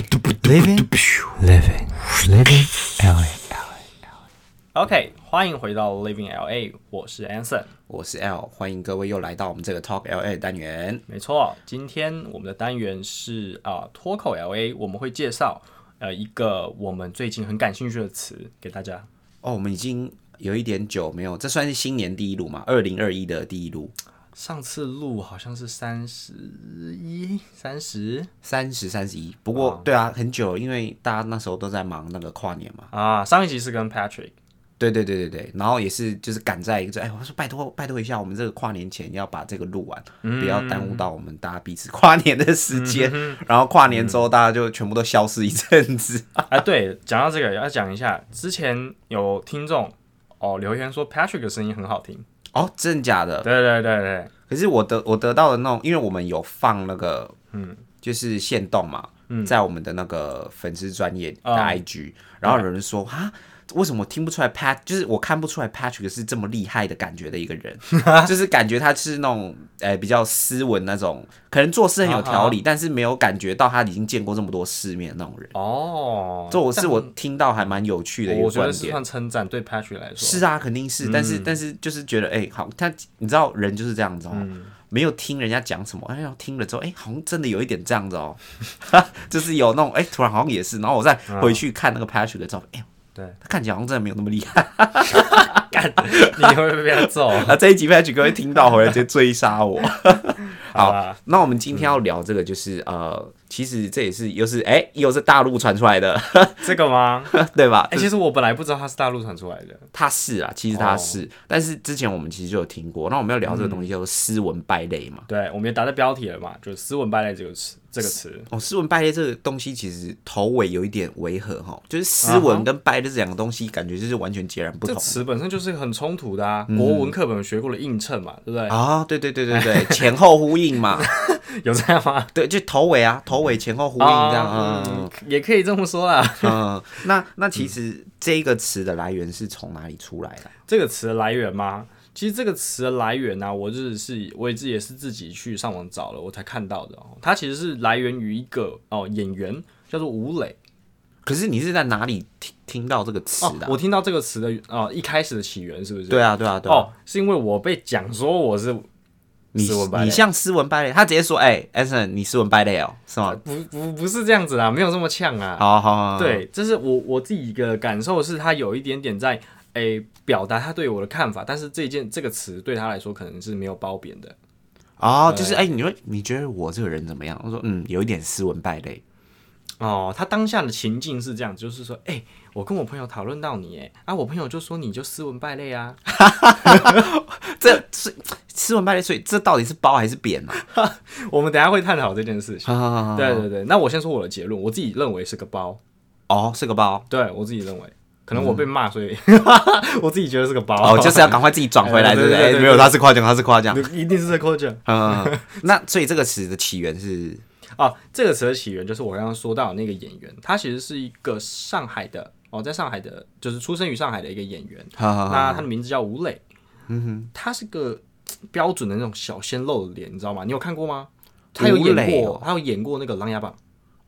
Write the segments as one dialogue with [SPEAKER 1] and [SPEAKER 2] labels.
[SPEAKER 1] Living Living Living LA
[SPEAKER 2] OK，欢迎回到 Living LA，我是 Anson。
[SPEAKER 3] 我是 L，欢迎各位又来到我们这个 Talk LA 的单元。
[SPEAKER 2] 没错，今天我们的单元是啊脱口 LA，我们会介绍呃一个我们最近很感兴趣的词给大家。
[SPEAKER 3] 哦，我们已经有一点久没有，这算是新年第一路嘛？二零二一的第一路，
[SPEAKER 2] 上次录好像是三十一、三十
[SPEAKER 3] 三十三十一。不过，对啊，很久，因为大家那时候都在忙那个跨年嘛。
[SPEAKER 2] 啊，上一集是 跟 Patrick，
[SPEAKER 3] 对对对对对，然后也是就是赶在一个，哎，我说拜托拜托一下，我们这个跨年前要把这个录完，不要耽误到我们大家彼此跨年的时间。然后跨年之后，大家就全部都消失一阵子。
[SPEAKER 2] 哎，对，讲到这个要讲一下，之前有听众哦留言说 Patrick 的声音很好听，
[SPEAKER 3] 哦，真的假的？
[SPEAKER 2] 对对对对，
[SPEAKER 3] 可是我得我得到的那种，因为我们有放那个，嗯，就是限动嘛，
[SPEAKER 2] 嗯
[SPEAKER 3] 在我们的那个粉丝专业的
[SPEAKER 2] 哦
[SPEAKER 3] IG，、然后有人说啊。为什么我听不出来 Pat？就是我看不出来 Patrick 是这么厉害的感觉的一个 人，就是感觉他是那种呃比较斯文那种，可能做事很有条
[SPEAKER 2] 啊
[SPEAKER 3] 理，但是没有感觉到他已经见过这么多世面的那种人。
[SPEAKER 2] 哦，
[SPEAKER 3] 这我是我听到还蛮有趣的一个
[SPEAKER 2] 我觉
[SPEAKER 3] 观
[SPEAKER 2] 得是
[SPEAKER 3] 点。
[SPEAKER 2] 算称赞，对 Patrick 来说 嗯
[SPEAKER 3] 是啊，肯定是，但是、但是就是觉得，哎、好，他你知道人就是这样子哦，
[SPEAKER 2] 嗯
[SPEAKER 3] 没有听人家讲什么，哎呀，听了之后，哎、好像真的有一点这样子哦， 就是有那种，哎、突然好像也是，然后我再回去看那个 Patrick 的照片，哎、
[SPEAKER 2] 啊对，
[SPEAKER 3] 他看起来好像真的没有那么厉害。
[SPEAKER 2] 你会不会被他揍？
[SPEAKER 3] 啊，这一集 Patrick 会听到回来直接追杀 我。
[SPEAKER 2] 好啦，
[SPEAKER 3] 那我们今天要聊这个，就是、
[SPEAKER 2] 嗯
[SPEAKER 3] 呃，其实这也是又是哎、又是大陆传出来的，
[SPEAKER 2] 这个吗？
[SPEAKER 3] 对吧？
[SPEAKER 2] 哎、哦其实我本来不知道他是大陆传出来的。
[SPEAKER 3] 他是啊，其实他是，但是之前我们其实就有听过，那我们要聊
[SPEAKER 2] 嗯
[SPEAKER 3] 这个东西叫做斯文败类嘛。
[SPEAKER 2] 对，我们也打在标题了嘛，就是“斯文败类”这个词，这个词
[SPEAKER 3] 哦，斯文败类这个东西其实头尾有一点违和哈，就是斯文跟败类这两个东西，感觉就是完全截然不
[SPEAKER 2] 这
[SPEAKER 3] 同
[SPEAKER 2] 个词本身就是很冲突的啊。国文课本学过的映衬嘛，对不对？
[SPEAKER 3] 啊、对对对对对， 前后呼应嘛，
[SPEAKER 2] 有这样吗？
[SPEAKER 3] 对，就头尾啊，头尾前后呼应这样，
[SPEAKER 2] 啊
[SPEAKER 3] 嗯
[SPEAKER 2] 也可以这么说啦。
[SPEAKER 3] 嗯，那那其实这个词的来源是从哪里出来的？啊
[SPEAKER 2] 这个词的来源吗？其实这个词的来源呢、啊我就是是我也自己也是自己去上网找了，我才看到的哦。它其实是来源于一个哦演员叫做吴磊
[SPEAKER 3] 可是你是在哪里听听到这个词
[SPEAKER 2] 哦
[SPEAKER 3] 的啊、，
[SPEAKER 2] 我听到这个词的哦一开始的起源是不是？
[SPEAKER 3] 对啊，对啊，对啊。
[SPEAKER 2] 哦，是因为我被讲说我是
[SPEAKER 3] 你
[SPEAKER 2] 斯文败类
[SPEAKER 3] 你像斯文败类，他直接说，哎、a n s o n 你斯文败类哦，是吗？
[SPEAKER 2] 不不不是这样子啦，没有这么呛啊。
[SPEAKER 3] 好好好，好，
[SPEAKER 2] 对，这是我我自己的感受，是他有一点点在诶、表达他对我的看法，但是这件这个词对他来说可能是没有褒贬的。
[SPEAKER 3] 哦，就是哎、你说你觉得我这个人怎么样？我说嗯，有一点斯文败类。
[SPEAKER 2] 哦，他当下的情境是这样，就是说，哎、我跟我朋友讨论到你，哎，啊，我朋友就说你就斯文败类啊，
[SPEAKER 3] 这是斯文败类，所以这到底是褒还是啊贬呢、
[SPEAKER 2] 我们等一下会探讨这件事情。
[SPEAKER 3] 啊？
[SPEAKER 2] 对对对，那我先说我的结论，我自己认为是个包，
[SPEAKER 3] 哦，是个褒
[SPEAKER 2] 对我自己认为，可能我被骂，所以、 我自己嗯觉得是个包，
[SPEAKER 3] 哦，就是要赶快自己转回来，
[SPEAKER 2] 哎
[SPEAKER 3] 对不
[SPEAKER 2] 对对对
[SPEAKER 3] 对？
[SPEAKER 2] 对
[SPEAKER 3] 没有，他是夸奖，他是夸奖。
[SPEAKER 2] 一定是这 culture。
[SPEAKER 3] 嗯，那所以这个词的起源是
[SPEAKER 2] 啊，这个词的起源就是我刚刚说到的那个演员，他其实是一个上海的哦，在上海的，就是出生于上海的一个演员。
[SPEAKER 3] 啊
[SPEAKER 2] 那他的名字叫吴磊，嗯哼，他是个标准的那种小鲜肉的脸，你知道吗？你有看过吗？他有
[SPEAKER 3] 吴
[SPEAKER 2] 演
[SPEAKER 3] 磊
[SPEAKER 2] 过，他有演过那个《琅琊榜》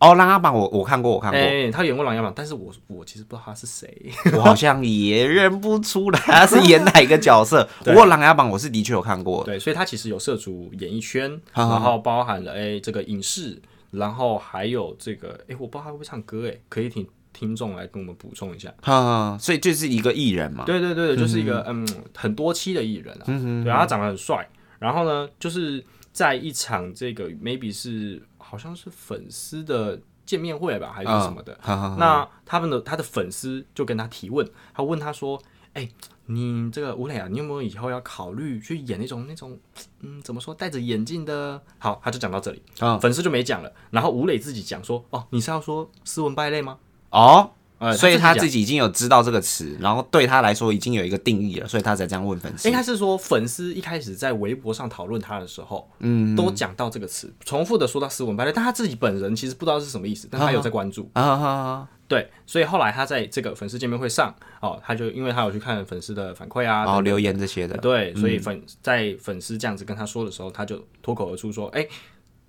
[SPEAKER 3] 哦，琅琊榜我我看过，我看过，
[SPEAKER 2] 哎，他有演过《琅琊榜》，但是我我其实不知道他是谁。
[SPEAKER 3] 我好像也认不出来他是演哪个角 色。不过琅琊榜我是的确有看过，
[SPEAKER 2] 对，所以他其实有涉足演艺圈，
[SPEAKER 3] 好好
[SPEAKER 2] 然后包含了哎这个影视，然后还有这个哎，我不知道他会不会唱歌哎，可以听听众来跟我们补充一下。
[SPEAKER 3] 哈、所以就是一个艺人嘛。
[SPEAKER 2] 对对对，就是一个嗯很多期的艺人啊，对，他长得很帅。然后呢，就是在一场这个 maybe 是好像是粉丝的见面会吧，还是什么的。
[SPEAKER 3] 哈哈
[SPEAKER 2] 那他们的他的粉丝就跟他提问，他问他说：“哎、你这个吴磊啊，你有没有以后要考虑去演那种那种嗯怎么说戴着眼镜的？”好，他就讲到这里，
[SPEAKER 3] 嗯
[SPEAKER 2] 粉丝就没讲了。然后吴磊自己讲说：“哦，你是要说斯文败类吗？”
[SPEAKER 3] 哦。
[SPEAKER 2] 呃
[SPEAKER 3] 所以
[SPEAKER 2] 他
[SPEAKER 3] 他
[SPEAKER 2] 自己讲
[SPEAKER 3] 自己已经有知道这个词，然后对他来说已经有一个定义了，所以他才这样问粉丝。
[SPEAKER 2] 应该是说粉丝一开始在微博上讨论他的时候，
[SPEAKER 3] 嗯
[SPEAKER 2] 都讲到这个词，重复的说到斯文败类，但他自己本人其实不知道是什么意思，但他有在关注，
[SPEAKER 3] 啊哈哈，
[SPEAKER 2] 对，所以后来他在这个粉丝见面会上，哦，他就因为他有去看粉丝的反馈啊，
[SPEAKER 3] 然后哦留言这些的，
[SPEAKER 2] 对，所以粉、在粉丝这样子跟他说的时候，他就脱口而出说，哎、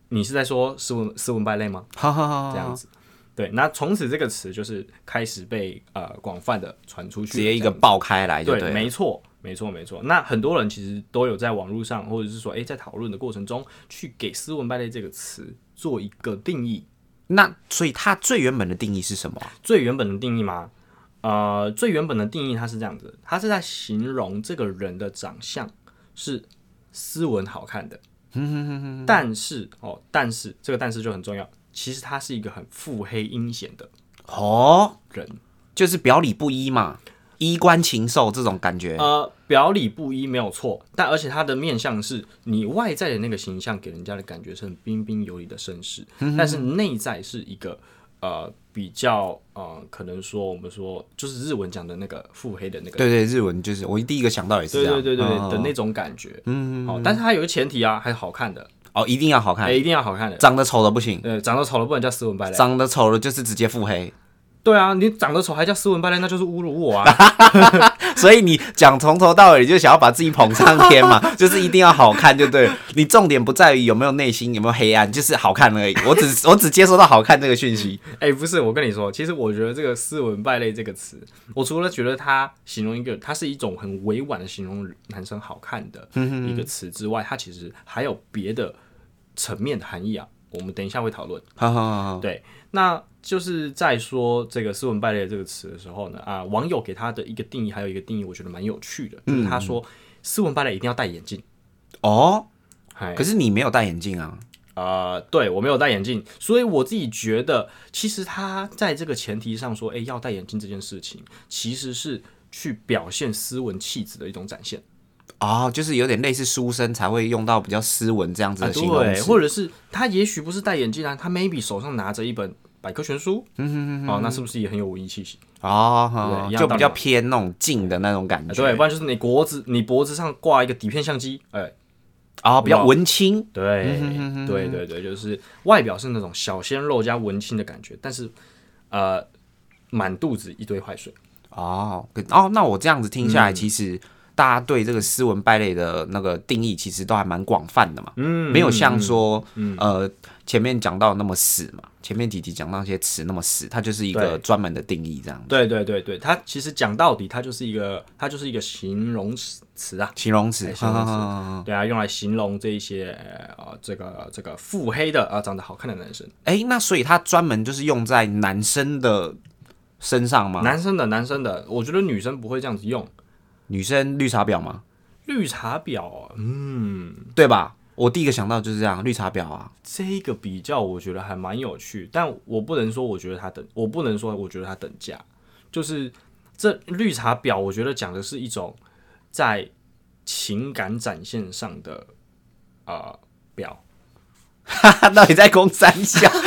[SPEAKER 2] 你是在说斯文斯文败类吗？
[SPEAKER 3] 哈哈哈，
[SPEAKER 2] 这样子，对，那从此这个词就是开始被呃广泛的传出去，
[SPEAKER 3] 直接一个爆开来就
[SPEAKER 2] 对，
[SPEAKER 3] 对了，
[SPEAKER 2] 没错，没错，没错。那很多人其实都有在网络上，或者是说，哎、在讨论的过程中，去给斯文败类这个词做一个定义。
[SPEAKER 3] 那所以它最原本的定义是什么啊？
[SPEAKER 2] 最原本的定义吗？呃，最原本的定义它是这样子，它是在形容这个人的长相是斯文好看的，
[SPEAKER 3] 嗯
[SPEAKER 2] 但是哦，但是这个但是就很重要，其实他是一个很腹黑阴险的
[SPEAKER 3] 哦，
[SPEAKER 2] 人，
[SPEAKER 3] 就是表里不一嘛，衣冠禽兽这种感觉。
[SPEAKER 2] 呃，表里不一没有错，但而且他的面相是你外在的那个形象给人家的感觉是很彬彬有礼的绅士，但是内在是一个呃比较呃可能说我们说就是日文讲的那个腹黑的那个
[SPEAKER 3] 对对，日文就是我第一个想到也是
[SPEAKER 2] 对
[SPEAKER 3] 这样，
[SPEAKER 2] 对对对
[SPEAKER 3] 嗯
[SPEAKER 2] 对的那种感觉，嗯，好，但是它有个前提啊，还是好看的，
[SPEAKER 3] 哦，一定要好
[SPEAKER 2] 哎，
[SPEAKER 3] 看，
[SPEAKER 2] 一定要好看的，
[SPEAKER 3] 长得丑的不行，
[SPEAKER 2] 呃，长得丑了不能叫斯文败类，
[SPEAKER 3] 长得丑的就是直接腹黑。
[SPEAKER 2] 对啊，你长得丑还叫斯文败类，那就是侮辱我啊，
[SPEAKER 3] 所以你讲从头到尾，你就想要把自己捧上天 嘛，就是一定要好看就对了。你重点不在于有没有内心，有没有黑暗，就是好看而已。我只我只接收到好看这个讯息。
[SPEAKER 2] 哎，不是，我跟你说，其实我觉得这个斯文败类这个词，我除了觉得它形容一个，它是一种很委婉的形容男生好看的一个词之外，它其实还有别的层面的含义啊，我们等一下会讨论。
[SPEAKER 3] 好好好好，
[SPEAKER 2] 对，那就是在说这个“斯文败类”这个词的时候呢，啊，网友给他的一个定义，还有一个定义，我觉得蛮有趣的，就是他说“斯文败类”一定要戴眼镜。
[SPEAKER 3] 哦，
[SPEAKER 2] 哎
[SPEAKER 3] 可是你没有戴眼镜啊。
[SPEAKER 2] 啊、对我没有戴眼镜，所以我自己觉得，其实他在这个前提上说，哎、要戴眼镜这件事情，其实是去表现斯文气质的一种展现。
[SPEAKER 3] 哦，就是有点类似书生才会用到比较斯文这样子
[SPEAKER 2] 啊，
[SPEAKER 3] 的形容
[SPEAKER 2] 对，
[SPEAKER 3] 词，
[SPEAKER 2] 或者是他也许不是戴眼镜啊，他 maybe 手上拿着一本百科全书，嗯哦，那是不是也很有文艺气息？
[SPEAKER 3] 哦，
[SPEAKER 2] 对
[SPEAKER 3] 哦
[SPEAKER 2] 一样
[SPEAKER 3] 就比
[SPEAKER 2] 道理
[SPEAKER 3] 较
[SPEAKER 2] 嘛
[SPEAKER 3] 偏那种静的那种感觉，
[SPEAKER 2] 啊对，不然就是你脖子你脖子上挂一个底片相机，哎、
[SPEAKER 3] 哦，比较文青，
[SPEAKER 2] 对，对对对，就是外表是那种小鲜肉加文青的感觉，但是呃，满肚子一堆坏水。
[SPEAKER 3] 哦，可哦，那我这样子听下
[SPEAKER 2] 嗯
[SPEAKER 3] 来，其实大家对这个斯文败类的那个定义，其实都还蛮广泛的嘛，
[SPEAKER 2] 嗯
[SPEAKER 3] 没有像说，呃，前面讲到那么死嘛，前面几集讲到那些词那么死，它就是一个
[SPEAKER 2] 对
[SPEAKER 3] 专门的定义这样子，
[SPEAKER 2] 对对对对，它其实讲到底，它就是一个它就是一个形容词词啊，
[SPEAKER 3] 形容词，
[SPEAKER 2] 哎形容
[SPEAKER 3] 哈哈
[SPEAKER 2] 词
[SPEAKER 3] 哈哈
[SPEAKER 2] 对啊，用来形容这一些呃呃这个这个腹黑的啊、长得好看的男生，
[SPEAKER 3] 哎，那所以它专门就是用在男生的身上吗？
[SPEAKER 2] 男生的男生的，我觉得女生不会这样子用。
[SPEAKER 3] 女生绿茶婊吗？
[SPEAKER 2] 绿茶婊，嗯，
[SPEAKER 3] 对吧？我第一个想到就是这样，绿茶婊啊，
[SPEAKER 2] 这个比较我觉得还蛮有趣，但我不能说我觉得他等，我不能说我觉得他等价，就是这绿茶婊，我觉得讲的是一种在情感展现上的呃表，
[SPEAKER 3] 到底在攻三小？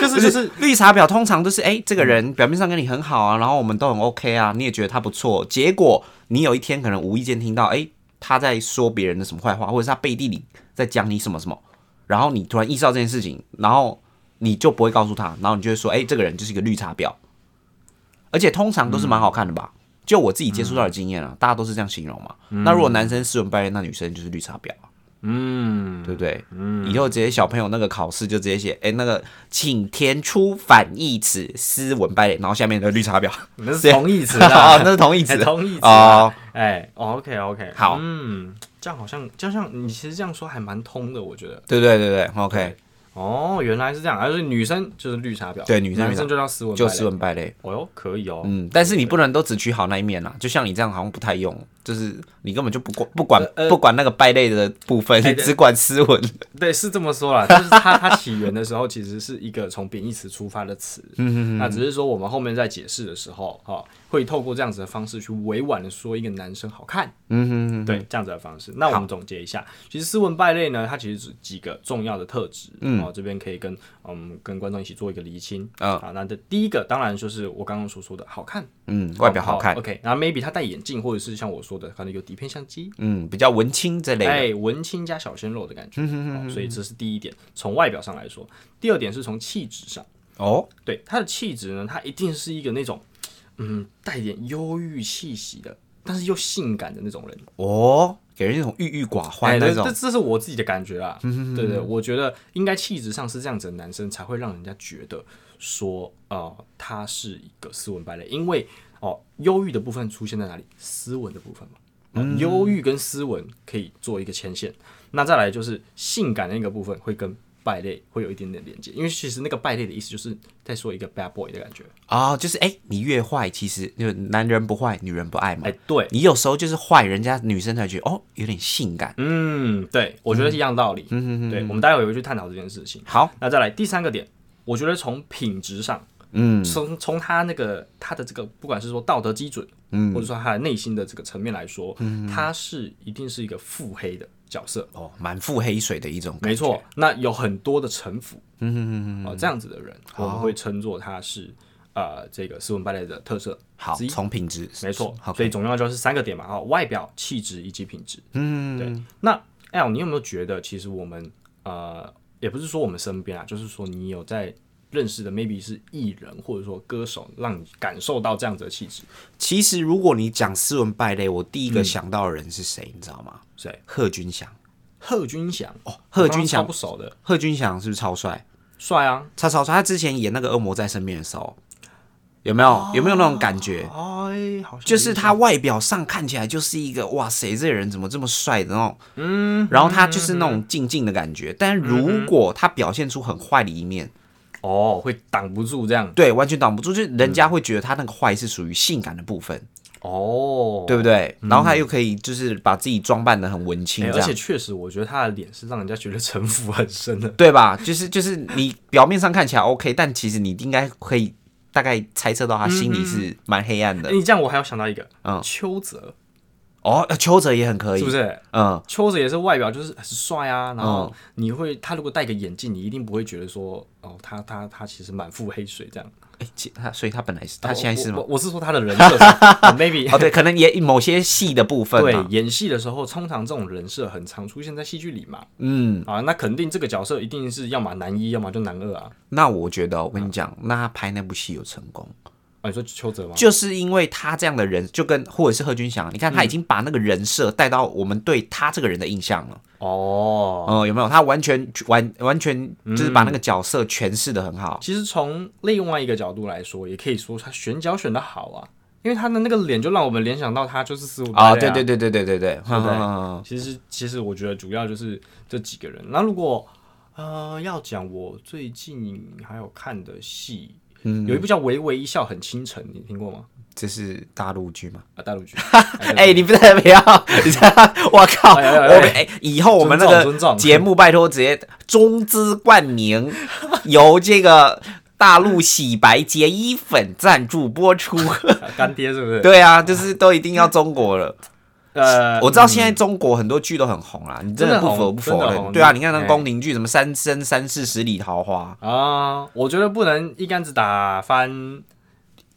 [SPEAKER 2] 就是就是
[SPEAKER 3] 绿茶婊通常都是哎、诶这个人表面上跟你很好啊，然后我们都很 OK 啊，你也觉得他不错，结果你有一天可能无意间听到哎、诶他在说别人的什么坏话，或者是他背地里在讲你什么什么，然后你突然意识到这件事情，然后你就不会告诉他，然后你就会说哎、诶这个人就是一个绿茶婊，而且通常都是蛮好看的吧。就我自己接触到的经验啊，大家都是这样形容嘛。那如果男生斯文败类，那女生就是绿茶婊啊。
[SPEAKER 2] 嗯，
[SPEAKER 3] 对不对？以后直接小朋友那个考试就直接写，哎，那个请填出反义词斯文败类，然后下面的绿茶婊，
[SPEAKER 2] 那是同 义词
[SPEAKER 3] 哦
[SPEAKER 2] 啦，
[SPEAKER 3] 那是同义词，
[SPEAKER 2] 哎同义词
[SPEAKER 3] 哦
[SPEAKER 2] 啊，哎，OK OK，
[SPEAKER 3] 好
[SPEAKER 2] 嗯，这样好像就像你其实这样说还蛮通的，我觉得。
[SPEAKER 3] 对对对对，OK，
[SPEAKER 2] 哦，原来是这样，而且女生就是绿茶婊，
[SPEAKER 3] 对女生
[SPEAKER 2] 男生就叫斯文，
[SPEAKER 3] 就斯，文败类。
[SPEAKER 2] 哦哟，可以哦，
[SPEAKER 3] 嗯，但是你不能都只取好那一面啦，啊就像你这样好像不太用，就是你根本就不管不管、不管那个败类的部分，你
[SPEAKER 2] 呃哎对
[SPEAKER 3] 只管斯文。
[SPEAKER 2] 对，是这么说啦，就是它它起源的时候其实是一个从贬义词出发的 词，
[SPEAKER 3] 嗯
[SPEAKER 2] 那只是说我们后面在解释的时候，哈、会透过这样子的方式去委婉的说一个男生好看，
[SPEAKER 3] 嗯
[SPEAKER 2] 对，这样子的方式。那我们总结一下，其实斯文败类呢，它其实只几个重要的特质，嗯，哦，这边可以跟嗯跟观众一起做一个厘清，
[SPEAKER 3] 嗯
[SPEAKER 2] 啊，那这第一个当然就是我刚刚所说的好看，哦
[SPEAKER 3] 嗯，外表好看，
[SPEAKER 2] ，OK，然后 maybe 他戴眼镜，或者是像我说的，可能有底片相机，
[SPEAKER 3] 嗯，比较文青这类的。嗯
[SPEAKER 2] 哎，文青加小鲜肉的感觉，哦所以这是第一点，从外表上来说。第二点是从气质上，
[SPEAKER 3] 哦，
[SPEAKER 2] 对他的气质呢，他一定是一个那种，嗯，带点忧郁气息的，但是又性感的那种人。
[SPEAKER 3] 哦，给人一种郁郁寡欢
[SPEAKER 2] 哎，
[SPEAKER 3] 那
[SPEAKER 2] 这
[SPEAKER 3] 种嗯
[SPEAKER 2] 这。这是我自己的感觉啦。对对，我觉得应该气质上是这样子的男生才会让人家觉得说，呃，他是一个斯文败类，因为哦，忧郁的部分出现在哪里？斯文的部分嘛。呃
[SPEAKER 3] 嗯
[SPEAKER 2] 忧郁跟斯文可以做一个牵线，那再来就是性感的那个部分会跟败类会有一点点连接，因为其实那个败类的意思就是在说一个 bad boy 的感觉。
[SPEAKER 3] 啊、就是哎、你越坏，其实就男人不坏，女人不爱嘛。
[SPEAKER 2] 哎，对，
[SPEAKER 3] 你有时候就是坏，人家女生才觉得哦，有点性感。
[SPEAKER 2] 嗯，对，我觉得是一样道理。对，我们待会也会去探讨这件事情。
[SPEAKER 3] 好，
[SPEAKER 2] 那再来第三个点，我觉得从品质上，嗯，从从他那个他的这个，不管是说道德基准，嗯，或者说他的内心的这个层面来说，他是一定是一个腹黑的角色，
[SPEAKER 3] 哦，满腹黑水的一种感觉。
[SPEAKER 2] 没错。那有很多的城府，嗯嗯嗯，哦，这样子的人，我们会称作他是呃这个斯文败类的特色。
[SPEAKER 3] 好，
[SPEAKER 2] 嗯之一
[SPEAKER 3] 从品质
[SPEAKER 2] 没错，
[SPEAKER 3] 好，
[SPEAKER 2] 所以总要就是三个点嘛，啊，外表、气质以及品质。嗯，对。那 L，你有没有觉得，其实我们呃，也不是说我们身边啊，就是说你有在认识的，maybe 是艺人或者说歌手，让你感受到这样子的气质？
[SPEAKER 3] 其实如果你讲斯文败类，我第一个想到的人是谁，你知道吗？
[SPEAKER 2] 嗯谁？
[SPEAKER 3] 贺军翔。
[SPEAKER 2] 贺军翔哦，
[SPEAKER 3] 贺军翔
[SPEAKER 2] 我刚刚超不熟的，
[SPEAKER 3] 贺军翔是不是超帅？
[SPEAKER 2] 帅啊！
[SPEAKER 3] 超超超！他之前演那个《恶魔在身边》的时候，有没有、
[SPEAKER 2] 哦
[SPEAKER 3] 有没有那种感觉？
[SPEAKER 2] 哎，好像
[SPEAKER 3] 就是他外表上看起来就是一个哇塞，这个人怎么这么帅的那种，嗯，然后他就是那种静静的感觉。
[SPEAKER 2] 嗯
[SPEAKER 3] 但如果他表现出很坏的一面，
[SPEAKER 2] 哦，会挡不住这样
[SPEAKER 3] 对，完全挡不住，就是人
[SPEAKER 2] 嗯
[SPEAKER 3] 家会觉得他那个坏是属于性感的部分，
[SPEAKER 2] 哦，
[SPEAKER 3] 对不对？然后他又可以就是把自己装扮的很文青
[SPEAKER 2] 哎。
[SPEAKER 3] 这
[SPEAKER 2] 而
[SPEAKER 3] 样
[SPEAKER 2] 且。确实，我觉得他的脸是让人家觉得 城府很深的。
[SPEAKER 3] 对吧？就是就是你表面上看起来 OK，但其实你应该可以大概猜测到他心里是蛮黑暗的
[SPEAKER 2] 哎。你这样，我还要想到一个，
[SPEAKER 3] 嗯
[SPEAKER 2] 邱泽
[SPEAKER 3] 哦，呃邱泽也很可以，
[SPEAKER 2] 是不？是？
[SPEAKER 3] 嗯，
[SPEAKER 2] 邱泽也是外表就是很帅啊，然后你会、他如果戴个眼镜，你一定不会觉得说哦，他他他其实满腹黑水这样。
[SPEAKER 3] 哎，其他所以他本来是他现在是
[SPEAKER 2] 哦我
[SPEAKER 3] 吗？
[SPEAKER 2] 我我是说他的人设 啊，maybe
[SPEAKER 3] 哦，对，可能也某些戏的部分啊
[SPEAKER 2] 对
[SPEAKER 3] 嘛。
[SPEAKER 2] 演戏的时候，通常这种人设很常出现在戏剧里嘛。
[SPEAKER 3] 嗯，
[SPEAKER 2] 啊，那肯定这个角色一定是要么男一，要么就男二啊。
[SPEAKER 3] 那我觉得哦我跟你讲，那他拍那部戏有成功，
[SPEAKER 2] 啊，你说邱泽吗？
[SPEAKER 3] 就是因为他这样的人，就跟或者是贺军翔，你看
[SPEAKER 2] 嗯
[SPEAKER 3] 他已经把那个人设带到我们对他这个人的印象了。
[SPEAKER 2] 哦，嗯
[SPEAKER 3] 哦，有没有？他完全完完全就是把那个角色诠释的很好。
[SPEAKER 2] 其实从另外一个角度来说，也可以说他选角选的好啊，因为他的那个脸就让我们联想到他就是四五
[SPEAKER 3] 啊，对对对对对对对，
[SPEAKER 2] 对不对
[SPEAKER 3] 嗯
[SPEAKER 2] 其实其实我觉得主要就是这几个人。那如果呃要讲我最近还有看的戏，
[SPEAKER 3] 嗯
[SPEAKER 2] 有一部叫《微微一笑很倾城》，你听过吗？
[SPEAKER 3] 这是大陆剧嘛？
[SPEAKER 2] 啊，大陆 剧。
[SPEAKER 3] 哎，你不要不要，你这样，我靠！
[SPEAKER 2] 哎哎哎
[SPEAKER 3] 我们哎，以后我们那
[SPEAKER 2] 尊重尊
[SPEAKER 3] 个
[SPEAKER 2] 重
[SPEAKER 3] 节目，拜托直接中资冠名，由这个大陆洗白洁衣粉赞助播出。
[SPEAKER 2] 干爹是不是？
[SPEAKER 3] 对啊，就是都一定要中国了。
[SPEAKER 2] 呃，
[SPEAKER 3] 我知道现在中国很多剧都很红啊啦，你真的
[SPEAKER 2] 真的
[SPEAKER 3] 不
[SPEAKER 2] 红
[SPEAKER 3] 否不否
[SPEAKER 2] 真的
[SPEAKER 3] 认？
[SPEAKER 2] 红
[SPEAKER 3] 对啊，你看那
[SPEAKER 2] 哎
[SPEAKER 3] 宫廷剧，什么《三生三世十里桃花
[SPEAKER 2] 啊，我觉得不能一竿子打翻。》，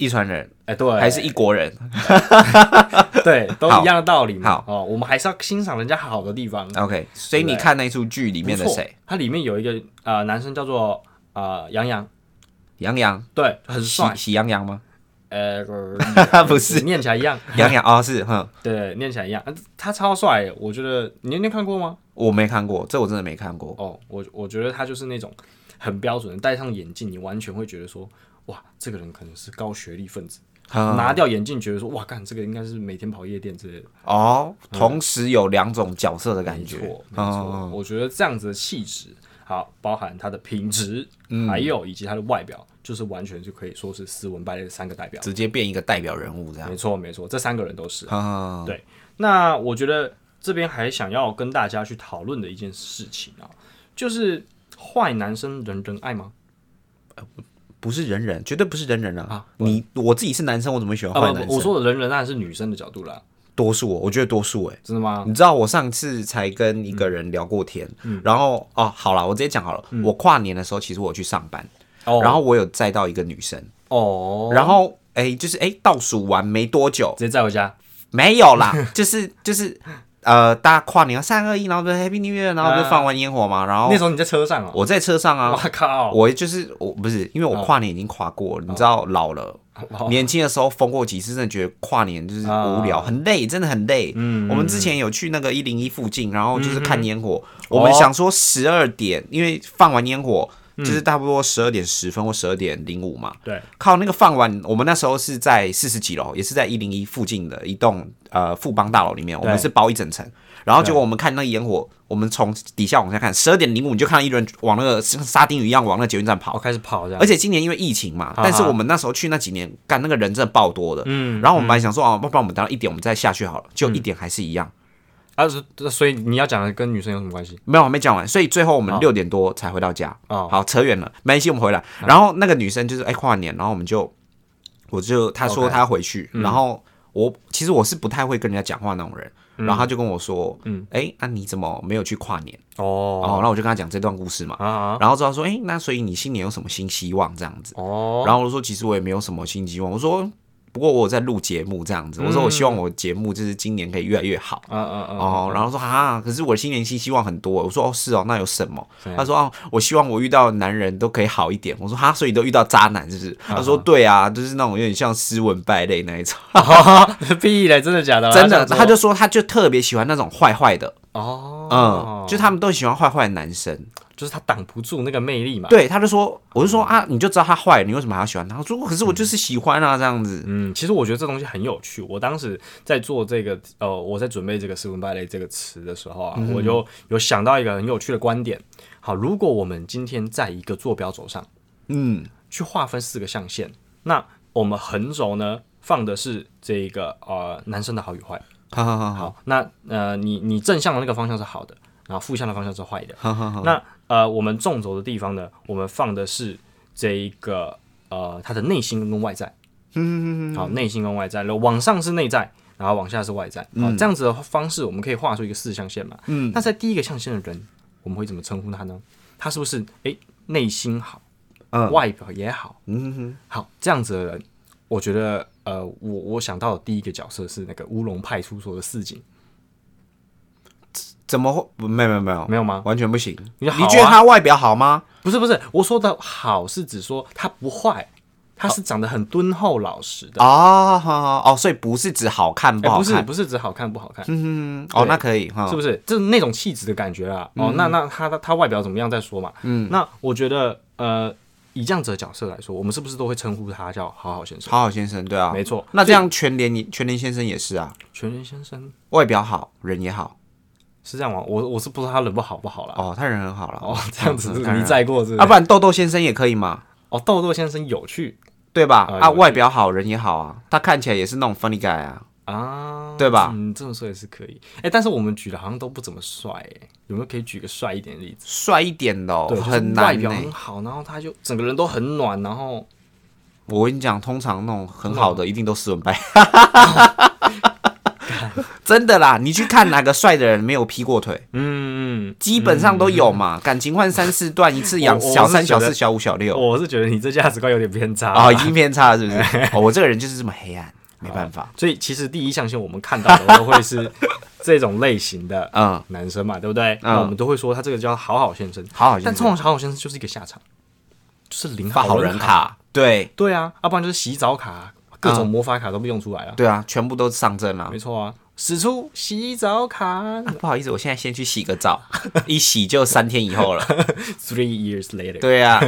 [SPEAKER 3] 一船人
[SPEAKER 2] 哎，对，
[SPEAKER 3] 还是一国人？
[SPEAKER 2] 对，都
[SPEAKER 3] 好
[SPEAKER 2] 一样的道理嘛。
[SPEAKER 3] 好
[SPEAKER 2] 哦，我们还是要欣赏人家好的地方。
[SPEAKER 3] OK，所以
[SPEAKER 2] 对
[SPEAKER 3] 你看那出剧里
[SPEAKER 2] 里
[SPEAKER 3] 面的谁？？
[SPEAKER 2] 它里面有一个呃男生叫做呃杨洋，
[SPEAKER 3] 杨洋，
[SPEAKER 2] 对，很
[SPEAKER 3] 喜
[SPEAKER 2] 帅。
[SPEAKER 3] 喜羊羊吗？
[SPEAKER 2] 呃，
[SPEAKER 3] 不是
[SPEAKER 2] 念起来一样。
[SPEAKER 3] 杨洋哦，是，哼，
[SPEAKER 2] 对，念起来一样，啊他超帅耶，我觉得你有看过吗？
[SPEAKER 3] 我没看过，这我真的没看过。
[SPEAKER 2] 哦，我我觉得他就是那种很标准的，戴上眼镜，你完全会觉得说，哇，这个人可能是高学历分子，
[SPEAKER 3] 哼
[SPEAKER 2] 拿掉眼镜觉得说，哇，干这个应该是每天跑夜店之类的，
[SPEAKER 3] 哦，同时有两种角色的感
[SPEAKER 2] 没
[SPEAKER 3] 觉
[SPEAKER 2] 错，，没
[SPEAKER 3] 嗯
[SPEAKER 2] 错，我觉得这样子的气质，好，包含他的品质，
[SPEAKER 3] 嗯
[SPEAKER 2] 还有以及他的外表，就是完全就可以说是斯文败类的三个代表，
[SPEAKER 3] 直接变一个代表人物这样
[SPEAKER 2] 没。错没错，这三个人都是。
[SPEAKER 3] 啊，
[SPEAKER 2] 对那我觉得这边还想要跟大家去讨论的一件事情啊，就是坏男生人人爱吗？
[SPEAKER 3] 不是人人，绝对不是人人啊
[SPEAKER 2] 啊！
[SPEAKER 3] 你我自己是男生，我怎么会喜欢
[SPEAKER 2] 啊
[SPEAKER 3] 哦坏
[SPEAKER 2] 不
[SPEAKER 3] 男
[SPEAKER 2] 不，我
[SPEAKER 3] 生？
[SPEAKER 2] 说的人人爱是女生的角度啦，
[SPEAKER 3] 多数我，我觉得多数哎。
[SPEAKER 2] 真的吗？
[SPEAKER 3] 你知道我上次才跟一个人聊过天，
[SPEAKER 2] 嗯
[SPEAKER 3] 然后哦，好啦，我直接讲好了。我跨年的时候，其实我去上班，
[SPEAKER 2] 哦
[SPEAKER 3] 然后我有载到一个女生，
[SPEAKER 2] 哦，
[SPEAKER 3] 然后哎，就是哎，倒数完没多久，
[SPEAKER 2] 直接载回家
[SPEAKER 3] 没有啦，就是就是呃大跨年三二一，然后不是 Happy New Year，然后不是放完烟火嘛，然后
[SPEAKER 2] 嗯那时候你在车上啊？
[SPEAKER 3] 我在车上啊，
[SPEAKER 2] 我靠！
[SPEAKER 3] 我就是我不是因为
[SPEAKER 2] 嗯
[SPEAKER 3] 我跨年已经跨过了，你知道老了。年轻的时候疯过几次，真的觉得跨年就是无聊，
[SPEAKER 2] 哦啊
[SPEAKER 3] 很累，真的很累。
[SPEAKER 2] 嗯
[SPEAKER 3] 我们之前有去那个一零一附近，然后就是看烟火。
[SPEAKER 2] 哦
[SPEAKER 3] 我们想说十二点，因为放完烟火就是差不多十二点十分或十二点零五嘛。
[SPEAKER 2] 嗯对，
[SPEAKER 3] 靠那个放完，我们那时候是在四十几楼，也是在一零一附近的一栋呃富邦大楼里面，我们
[SPEAKER 2] 对
[SPEAKER 3] 是包一整层。然后结果我们看那个烟火，我们从底下往下看，十二点零五你就看到一轮往那个像沙丁鱼一样往那个捷运站跑
[SPEAKER 2] 我。开始跑这样，
[SPEAKER 3] 而
[SPEAKER 2] 且
[SPEAKER 3] 且今年因为疫情嘛，
[SPEAKER 2] 哈
[SPEAKER 3] 但是我们那时候去那几年，干那个人真的爆多的。啊嗯，然后我们本来想说啊，要不然我们等到一点我们再下去好了，就一点还是一样，
[SPEAKER 2] 啊，所所以你要讲的跟女生有什么关系？
[SPEAKER 3] 没有还没讲完，所以最后我们六点多才回到家。
[SPEAKER 2] 哦
[SPEAKER 3] 好，扯远了，没关系，我们回来。然后那个女生就是哎跨完年，然后我们就，我就她说
[SPEAKER 2] OK
[SPEAKER 3] 她要回去，然后我其实我是不太会跟人家讲话那种人，然后她就跟我说，嗯，哎，那你怎么没有去跨年？哦，然
[SPEAKER 2] 哦
[SPEAKER 3] 后我就跟她讲这段故事嘛，
[SPEAKER 2] 啊
[SPEAKER 3] 然后之后她说，哎，那所以你新年有什么新希望这样子？
[SPEAKER 2] 哦，
[SPEAKER 3] 然后我就说，其实我也没有什么新希望。我说，不过我有在录节目这样子。我说，我希望我节目就是今年可以越来越好。
[SPEAKER 2] 啊啊啊，
[SPEAKER 3] 哦，然后说啊，可是我新年新希望很多。我说哦，是哦，那有什么
[SPEAKER 2] 怎？样
[SPEAKER 3] 他说哦，我希望我遇到的男人都可以好一点。我说哈，所以都遇到渣男是不是？他说对啊，就是那种有点像斯文败类那一种。
[SPEAKER 2] 屁嘞，真的假的？
[SPEAKER 3] 哦真的，
[SPEAKER 2] 想说
[SPEAKER 3] 他就说他就特别喜欢那种坏坏的，
[SPEAKER 2] 哦
[SPEAKER 3] 嗯，，就他们都喜欢坏坏的男生。
[SPEAKER 2] 就是他挡不住那个魅力嘛。
[SPEAKER 3] 对，他就说，我就说啊，你就知道他坏，你为什么还要喜欢他？他说可是我就是喜欢啊，这样子。
[SPEAKER 2] 嗯，其实我觉得这东西很有趣。我当时在做这个，呃，我在准备这个“斯文败类”这个词的时候
[SPEAKER 3] 嗯
[SPEAKER 2] 啊，我就有想到一个很有趣的观点。好，如果我们今天在一个坐标轴上
[SPEAKER 3] 嗯，
[SPEAKER 2] 去划分四个象限，那我们横轴呢放的是这个呃男生的好与坏。
[SPEAKER 3] 好好好好。
[SPEAKER 2] 好，那呃你你正向的那个方向是好的，然后负向的方向是坏的。
[SPEAKER 3] 好好好，
[SPEAKER 2] 那呃，我们纵轴的地方呢，我们放的是这一个呃，它的内心跟外在。嗯，好，内心跟外在，然后往上是内在，然后往下是外在。好，这样子的方式，我们可以画出一个四象限嘛。嗯，那在第一个象限的人，我们会怎么称呼他呢？他是不是诶内心好，
[SPEAKER 3] 嗯
[SPEAKER 2] 外表也好，
[SPEAKER 3] 嗯哼
[SPEAKER 2] 好这样子的人，我觉得呃，我我想到的第一个角色是那个乌龙派出所的市井，
[SPEAKER 3] 哼，怎么会？没有没有没有
[SPEAKER 2] 没有吗？
[SPEAKER 3] 完全不行。
[SPEAKER 2] 你
[SPEAKER 3] 你
[SPEAKER 2] 就好啊
[SPEAKER 3] 觉得他外表好吗？
[SPEAKER 2] 不是不是，我说的好是指说他不坏，他是长得很敦厚老实的。
[SPEAKER 3] 哦，好好好哦，所以不是指好看不
[SPEAKER 2] 哎，
[SPEAKER 3] 好
[SPEAKER 2] 不是
[SPEAKER 3] 看，
[SPEAKER 2] 不是指好看不好看，
[SPEAKER 3] 嗯哦，那可以哈
[SPEAKER 2] 是，不是？就是那种气质的感觉啊。哦，那
[SPEAKER 3] 嗯
[SPEAKER 2] 那他他外表怎么样再说嘛。嗯，那我觉得呃，以这样子的角色来说，我们是不是都会称呼他叫好好先生、
[SPEAKER 3] 好好先生，对啊，
[SPEAKER 2] 没错
[SPEAKER 3] 那这样全联全联先生也是啊，
[SPEAKER 2] 全人先生？
[SPEAKER 3] 外表好，人也好，
[SPEAKER 2] 是这样吗？我我是不知道他人不好不好啦。
[SPEAKER 3] 哦，他人很好了，
[SPEAKER 2] 哦， 这样子
[SPEAKER 3] 嗯当然
[SPEAKER 2] 你载过是不
[SPEAKER 3] 啊，
[SPEAKER 2] 是？
[SPEAKER 3] 不然豆豆先生也可以嘛，
[SPEAKER 2] 哦，豆豆先生有趣
[SPEAKER 3] 对吧？
[SPEAKER 2] 啊
[SPEAKER 3] 啊，
[SPEAKER 2] 有
[SPEAKER 3] 外表好，人也好啊，他看起来也是那种 funny guy 啊，
[SPEAKER 2] 啊，
[SPEAKER 3] 对吧
[SPEAKER 2] 嗯，这么说也是可以。哎，但是我们举的好像都不怎么帅，哎，有没有可以举个帅一点的例子？
[SPEAKER 3] 帅一点的哦
[SPEAKER 2] 对，就是
[SPEAKER 3] 很
[SPEAKER 2] 外
[SPEAKER 3] 难
[SPEAKER 2] 表
[SPEAKER 3] 呢。
[SPEAKER 2] 很好，然后他就整个人都很暖，然后
[SPEAKER 3] 我跟你讲，通常那种很好
[SPEAKER 2] 嗯
[SPEAKER 3] 的一定都斯文败， 真的啦！你去看哪个帅的人没有劈过腿，
[SPEAKER 2] 嗯，
[SPEAKER 3] 基本上都有嘛。感情换三四段，一次养
[SPEAKER 2] 我我
[SPEAKER 3] 小三、
[SPEAKER 2] 是觉
[SPEAKER 3] 小
[SPEAKER 2] 得
[SPEAKER 3] 四、小五、小六
[SPEAKER 2] 哦我是觉得你这价值观有点偏差
[SPEAKER 3] 啊，已经偏差了，是不 是？哦，我这个人就是这么黑暗，没办法。
[SPEAKER 2] 所以其实第一象限我们看到的都会是这种类型的
[SPEAKER 3] 嗯，
[SPEAKER 2] 男生嘛，对不对？那我们都会说他这个叫好好先生，
[SPEAKER 3] 好好先
[SPEAKER 2] 但
[SPEAKER 3] 生
[SPEAKER 2] 通常好好先生就是一个下场，就是领
[SPEAKER 3] 发好人
[SPEAKER 2] 卡，嗯
[SPEAKER 3] 卡，对
[SPEAKER 2] 对啊，要不然就是洗澡卡，各种魔法卡都被用出来了，
[SPEAKER 3] 对啊，全部都上阵了
[SPEAKER 2] 没。错啊，使出洗澡卡
[SPEAKER 3] 不好意思，我现在先去洗个澡， 一洗就三天以 后了。
[SPEAKER 2] ，three years later。
[SPEAKER 3] 对啊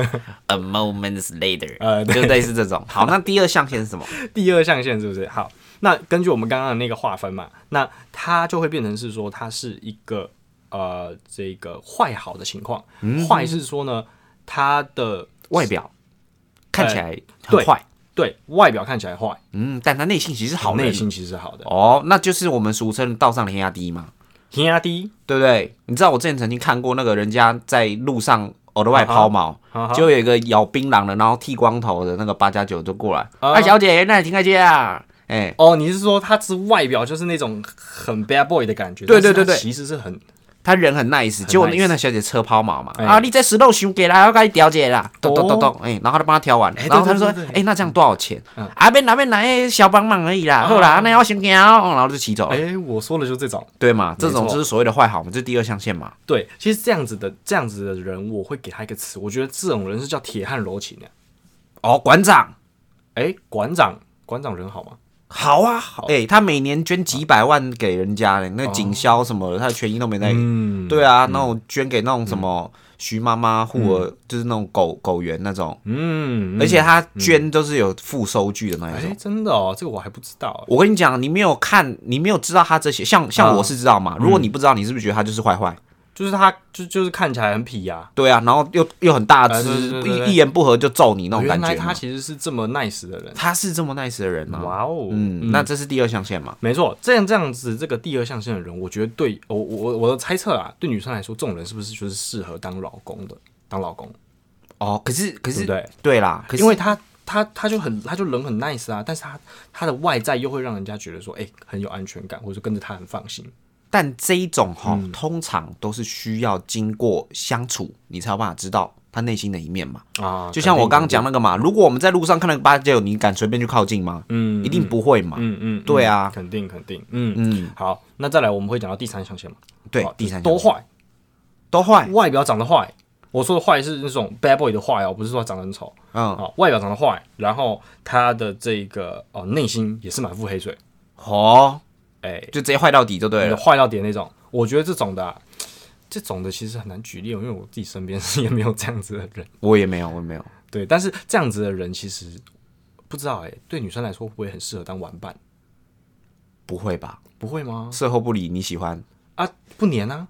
[SPEAKER 3] ，a moments later，
[SPEAKER 2] 呃对
[SPEAKER 3] 就类似这种。好，那第二象限是什么？
[SPEAKER 2] 第二象限是不是？好，那根据我们刚刚的那个划分嘛，那它就会变成是说，它是一个呃这个坏好的情况。
[SPEAKER 3] 嗯
[SPEAKER 2] 坏、是说呢，它的
[SPEAKER 3] 外表看起来很
[SPEAKER 2] 哎对
[SPEAKER 3] 坏，
[SPEAKER 2] 对外表看起来坏，
[SPEAKER 3] 嗯，但他内心其实是好人
[SPEAKER 2] 内心其实是好的。
[SPEAKER 3] 哦，那就是我们俗称的道上的黑压低嘛，
[SPEAKER 2] 天压低，
[SPEAKER 3] 对不对？你知道我之前曾经看过那个人家在路上偶的外抛锚
[SPEAKER 2] 啊哈
[SPEAKER 3] 就有一个咬槟榔的，然后剃光头的那个八加九就过来，
[SPEAKER 2] 啊
[SPEAKER 3] 哎，小姐，那你停个街啊，哎。
[SPEAKER 2] 哦，你是说他是外表就是那种很 bad boy 的感觉？
[SPEAKER 3] 对对
[SPEAKER 2] 但
[SPEAKER 3] 对
[SPEAKER 2] 是它
[SPEAKER 3] 对
[SPEAKER 2] 其实是很
[SPEAKER 3] 他人很 nice，结果
[SPEAKER 2] nice
[SPEAKER 3] 因为那小姐车抛锚嘛，
[SPEAKER 2] 哎
[SPEAKER 3] 啊，你在石头熊给啦，要给你调解啦，咚咚
[SPEAKER 2] 哦
[SPEAKER 3] 咚咚，哎，然后他就帮他挑完，
[SPEAKER 2] 哎
[SPEAKER 3] 然后他就说
[SPEAKER 2] 对对对，对
[SPEAKER 3] 哎，那这样多少钱
[SPEAKER 2] 嗯？啊
[SPEAKER 3] 啊，边哪边来小帮忙而已啦，好啦，那要先行哦，然后就骑走了，
[SPEAKER 2] 哎，我说的就是这种。
[SPEAKER 3] 对嘛？这种
[SPEAKER 2] 没错
[SPEAKER 3] 就是所谓的坏好嘛，就是第二象限嘛，
[SPEAKER 2] 对，其实这样子的这样子的人，我会给他一个词，我觉得这种人是叫铁汉柔情的。啊
[SPEAKER 3] 哦，馆长。
[SPEAKER 2] 哎，馆长，馆长人好吗？
[SPEAKER 3] 好啊，好哎、他每年捐几百万给人家嘞，那警消什么的，他的权益都没在。
[SPEAKER 2] 嗯，
[SPEAKER 3] 对啊，那种捐给那种什么徐妈妈护儿，就是那种狗狗园那种，
[SPEAKER 2] 嗯，
[SPEAKER 3] 而且他捐都是有附收据的那一种。
[SPEAKER 2] 哎，真的哦，这个我还不知道。
[SPEAKER 3] 我跟你讲，你没有看，你没有知道他这些，像像
[SPEAKER 2] 啊
[SPEAKER 3] 我是知道嘛。如果你不知道，你是不是觉得他就是坏坏？
[SPEAKER 2] 就是他，就就是看起来很痞呀、
[SPEAKER 3] 对啊，然后又又很大只
[SPEAKER 2] 哎对对，对对哦
[SPEAKER 3] 一一言不合就揍你那种
[SPEAKER 2] 原
[SPEAKER 3] 感
[SPEAKER 2] 来
[SPEAKER 3] 觉
[SPEAKER 2] 他
[SPEAKER 3] 嘛。
[SPEAKER 2] 其实是这么 nice 的人。
[SPEAKER 3] 他是这么 nice 的人吗？
[SPEAKER 2] 哇哦，
[SPEAKER 3] 嗯，那这是第二象限嘛？
[SPEAKER 2] 没错，这样这样子，这个第二象限的人，我觉得对我我我的猜测啊，对女生来说，这种人是不是就是适合当老公的，当老公，
[SPEAKER 3] 哦，可是可
[SPEAKER 2] 对
[SPEAKER 3] 是
[SPEAKER 2] 不对？
[SPEAKER 3] 对啦，可是
[SPEAKER 2] 因为他他他就很他就人很 nice 啊，但是他他的外在又会让人家觉得说，哎、很有安全感，或者说跟着他很放心。
[SPEAKER 3] 但这一种哈、
[SPEAKER 2] 嗯
[SPEAKER 3] 通常都是需要经过相处，你才有办法知道他内心的一面嘛。
[SPEAKER 2] 啊
[SPEAKER 3] 就像我刚刚，讲那个嘛，如果我们在路上看到个八戒，你敢随便去靠近吗？
[SPEAKER 2] 嗯
[SPEAKER 3] 一定不会嘛。
[SPEAKER 2] 嗯嗯，嗯
[SPEAKER 3] 对啊
[SPEAKER 2] 肯定肯定，嗯嗯，好，那再来我们会讲到第三象限嘛，
[SPEAKER 3] 对
[SPEAKER 2] 好，
[SPEAKER 3] 第三
[SPEAKER 2] 就是
[SPEAKER 3] 项
[SPEAKER 2] 哦都坏，
[SPEAKER 3] 都坏，
[SPEAKER 2] 哎外表长得坏，我说的坏是那种 bad boy 的坏哦，不是说长得很丑啊、
[SPEAKER 3] 嗯，
[SPEAKER 2] 外表长得坏，然后他的这个哦内心也是满腹黑水，
[SPEAKER 3] 哦，
[SPEAKER 2] 哎、嗯
[SPEAKER 3] 就直接坏到底就对啊
[SPEAKER 2] 你的
[SPEAKER 3] 了。
[SPEAKER 2] 坏到点那种，我觉得这种的啊、这种的其实很难举例哦，因为我自己身边是也没有这样子的人，
[SPEAKER 3] 我也没有，我也没有。
[SPEAKER 2] 对，但是这样子的人其实不知道哎、对女生来说会不会很适合当玩伴？
[SPEAKER 3] 不会吧？
[SPEAKER 2] 不会吗？
[SPEAKER 3] 事后不理你喜欢？
[SPEAKER 2] 啊，不黏啊？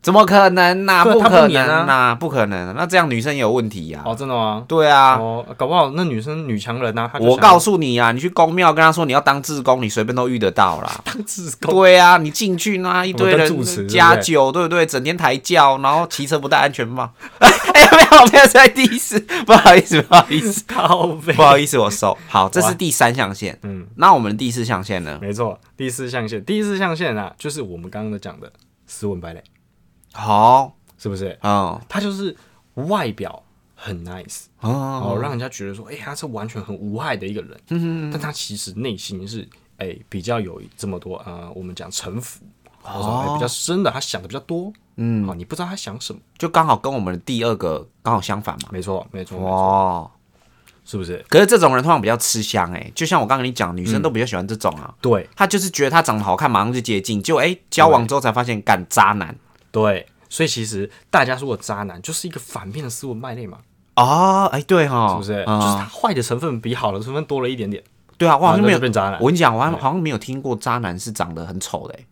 [SPEAKER 3] 怎么可能呐、
[SPEAKER 2] 对
[SPEAKER 3] 不
[SPEAKER 2] 他不
[SPEAKER 3] 可
[SPEAKER 2] 黏
[SPEAKER 3] 能
[SPEAKER 2] 啊
[SPEAKER 3] 呐、不可能、那这样女生也有问题呀、
[SPEAKER 2] 哦，真的吗？
[SPEAKER 3] 对啊，
[SPEAKER 2] 哦，搞不好那女生女强人啊，她就
[SPEAKER 3] 我
[SPEAKER 2] 想
[SPEAKER 3] 告诉你啊，你去公庙跟他说你要当志工，你随便都遇得到啦。
[SPEAKER 2] 当自贡
[SPEAKER 3] 对啊，你进去那一堆
[SPEAKER 2] 我当住持对
[SPEAKER 3] 人
[SPEAKER 2] 不对
[SPEAKER 3] 加酒，对不对？整天抬轿，然后骑车不戴安全帽。哎，没有没有，在第一次，不好意思，不好意思，
[SPEAKER 2] 靠背
[SPEAKER 3] 不好意思，我收。好，这是第三象限。
[SPEAKER 2] 嗯
[SPEAKER 3] 嗯，那我们第四象限呢？
[SPEAKER 2] 没错，第四象限，第四象限啊，就是我们刚刚的讲的斯文败类，
[SPEAKER 3] 好，
[SPEAKER 2] 是不是？
[SPEAKER 3] 嗯，
[SPEAKER 2] 他就是外表很 nice，
[SPEAKER 3] 哦，
[SPEAKER 2] 哦，让人家觉得说，哎、他是完全很无害的一个人，
[SPEAKER 3] 嗯
[SPEAKER 2] 但他其实内心是，哎、比较有这么多呃，我们讲城府，或者说哎
[SPEAKER 3] 哦
[SPEAKER 2] 比较深的，他想的比较多，嗯，好、你不知道他想什么，
[SPEAKER 3] 就刚好跟我们的第二个刚好相反嘛。
[SPEAKER 2] 没错，没
[SPEAKER 3] 哦
[SPEAKER 2] 错，没错
[SPEAKER 3] 哇，
[SPEAKER 2] 是不是？
[SPEAKER 3] 可是这种人通常比较吃香哎、就像我刚跟你讲，女
[SPEAKER 2] 嗯
[SPEAKER 3] 生都比较喜欢这种啊。
[SPEAKER 2] 对
[SPEAKER 3] 她就是觉得她长得好看，马上就接近，就哎、交往之后才发现，干渣男
[SPEAKER 2] 对，所以其实大家说的渣男就是一个反面的斯文败类嘛，
[SPEAKER 3] 哦，哎、对哈，
[SPEAKER 2] 是不是？
[SPEAKER 3] 嗯
[SPEAKER 2] 就是他坏的成分比好的成分多了一点点，
[SPEAKER 3] 对啊，我好像没
[SPEAKER 2] 然后
[SPEAKER 3] 有
[SPEAKER 2] 就变渣男
[SPEAKER 3] 我跟你讲，我好像好像没有听过渣男是长得很丑的欸、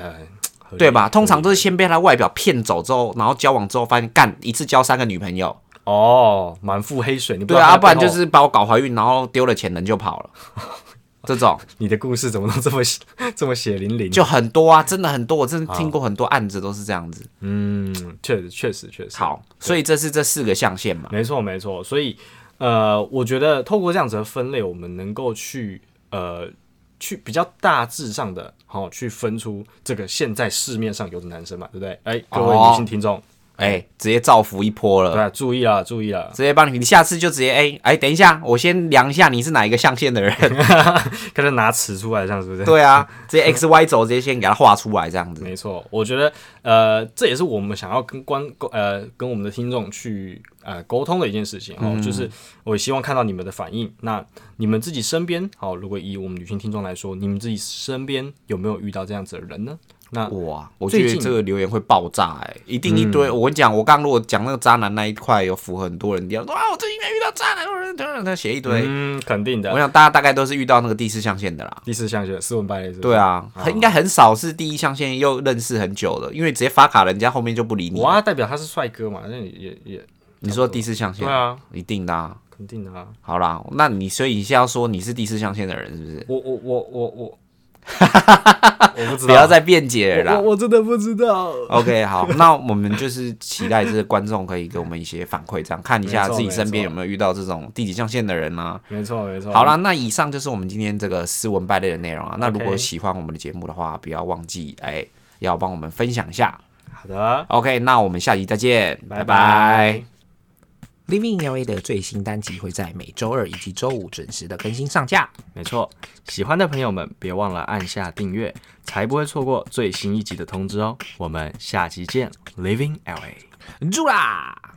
[SPEAKER 2] 呃，合理
[SPEAKER 3] 对吧？通常都是先被他外表骗走之后，然后交往之后发现，干一次交三个女朋友，
[SPEAKER 2] 哦，满腹黑水，你不
[SPEAKER 3] 对
[SPEAKER 2] 知道
[SPEAKER 3] 啊，
[SPEAKER 2] 他
[SPEAKER 3] 要不然
[SPEAKER 2] 背后
[SPEAKER 3] 就是把我搞怀孕，然后丢了钱人就跑了，这 种
[SPEAKER 2] 你的故事怎么都这么这么血淋淋？
[SPEAKER 3] 就很多啊，真的很多，我真的听过很多案子都是这样子。
[SPEAKER 2] 嗯，确实确实确实，
[SPEAKER 3] 好，所以这是这四个象限嘛，
[SPEAKER 2] 没错没错，所以呃，我觉得透过这样子的分类，我们能够去呃去比较大致上的好、去分出这个现在市面上有的男生嘛，对不对？哎，各位
[SPEAKER 3] 哦
[SPEAKER 2] 女性听众，
[SPEAKER 3] 哎、直接造福一波
[SPEAKER 2] 对、
[SPEAKER 3] 了。
[SPEAKER 2] 啊，注意啦，注意啦，
[SPEAKER 3] 直接帮你，你下次就直接哎哎、等一下，我先量一下你是哪一个象限的人。
[SPEAKER 2] 开始拿尺出来，这样是不是？
[SPEAKER 3] 对啊，直接 X Y 轴直接先给他画出来这样子。
[SPEAKER 2] 没错，我觉得呃，这也是我们想要跟观呃跟我们的听众去呃沟通的一件事情哦，
[SPEAKER 3] 嗯
[SPEAKER 2] 就是我希望看到你们的反应。那你们自己身边，好、如果以我们女性听众来说，你们自己身边有没有遇到这样子的人呢？那
[SPEAKER 3] 哇，我
[SPEAKER 2] 最
[SPEAKER 3] 觉得
[SPEAKER 2] 近嗯
[SPEAKER 3] 这个留言会爆炸哎、一定一堆。我跟你讲，我刚如果讲那个渣男那一块，有符合很多人，要说啊，我最近遇到渣男，我他写一堆。
[SPEAKER 2] 嗯，肯定
[SPEAKER 3] 我
[SPEAKER 2] 的。
[SPEAKER 3] 想大家大概都是遇到那个第四象限的啦。
[SPEAKER 2] 第四项就是斯文败类，是不是
[SPEAKER 3] 对，啊，很应该很少是第一象限又认识很久的，因为直接发卡人家后面就不理你。
[SPEAKER 2] 哇，代表他是帅哥嘛，那也也也
[SPEAKER 3] 你说第四象限
[SPEAKER 2] 对，啊，
[SPEAKER 3] 一定的、啊。
[SPEAKER 2] 肯定的啊。
[SPEAKER 3] 好啦，那你所以你现在要说你是第四象限的人是不是？
[SPEAKER 2] 我我我我 我，我不知道，
[SPEAKER 3] 不要再辩解了
[SPEAKER 2] 我
[SPEAKER 3] 啦。
[SPEAKER 2] 我真的不知道。
[SPEAKER 3] OK，好， 那我们就是期待这个观众可以给我们一些反馈，这样看一下
[SPEAKER 2] 没错
[SPEAKER 3] 自己身边
[SPEAKER 2] 没
[SPEAKER 3] 有
[SPEAKER 2] 错
[SPEAKER 3] 没有遇到这种第几象限的人啊。
[SPEAKER 2] 没错没错，
[SPEAKER 3] 好啦，那以上就是我们今天这个斯文败类的内容啊。那如果
[SPEAKER 2] OK
[SPEAKER 3] 喜欢我们的节目的话，不要忘记哎，要帮我们分享一下，
[SPEAKER 2] 好的，
[SPEAKER 4] OK，那我们下集再见，
[SPEAKER 2] 拜
[SPEAKER 4] 拜拜
[SPEAKER 2] 拜。
[SPEAKER 3] Living in LA 的最新单集会在每周二以及周五准时的更新上架。
[SPEAKER 2] 没错，喜欢的朋友们别忘了按下订阅，才不会错过最新一集的通知哦。我们下集见，Living LA。
[SPEAKER 3] 住啦！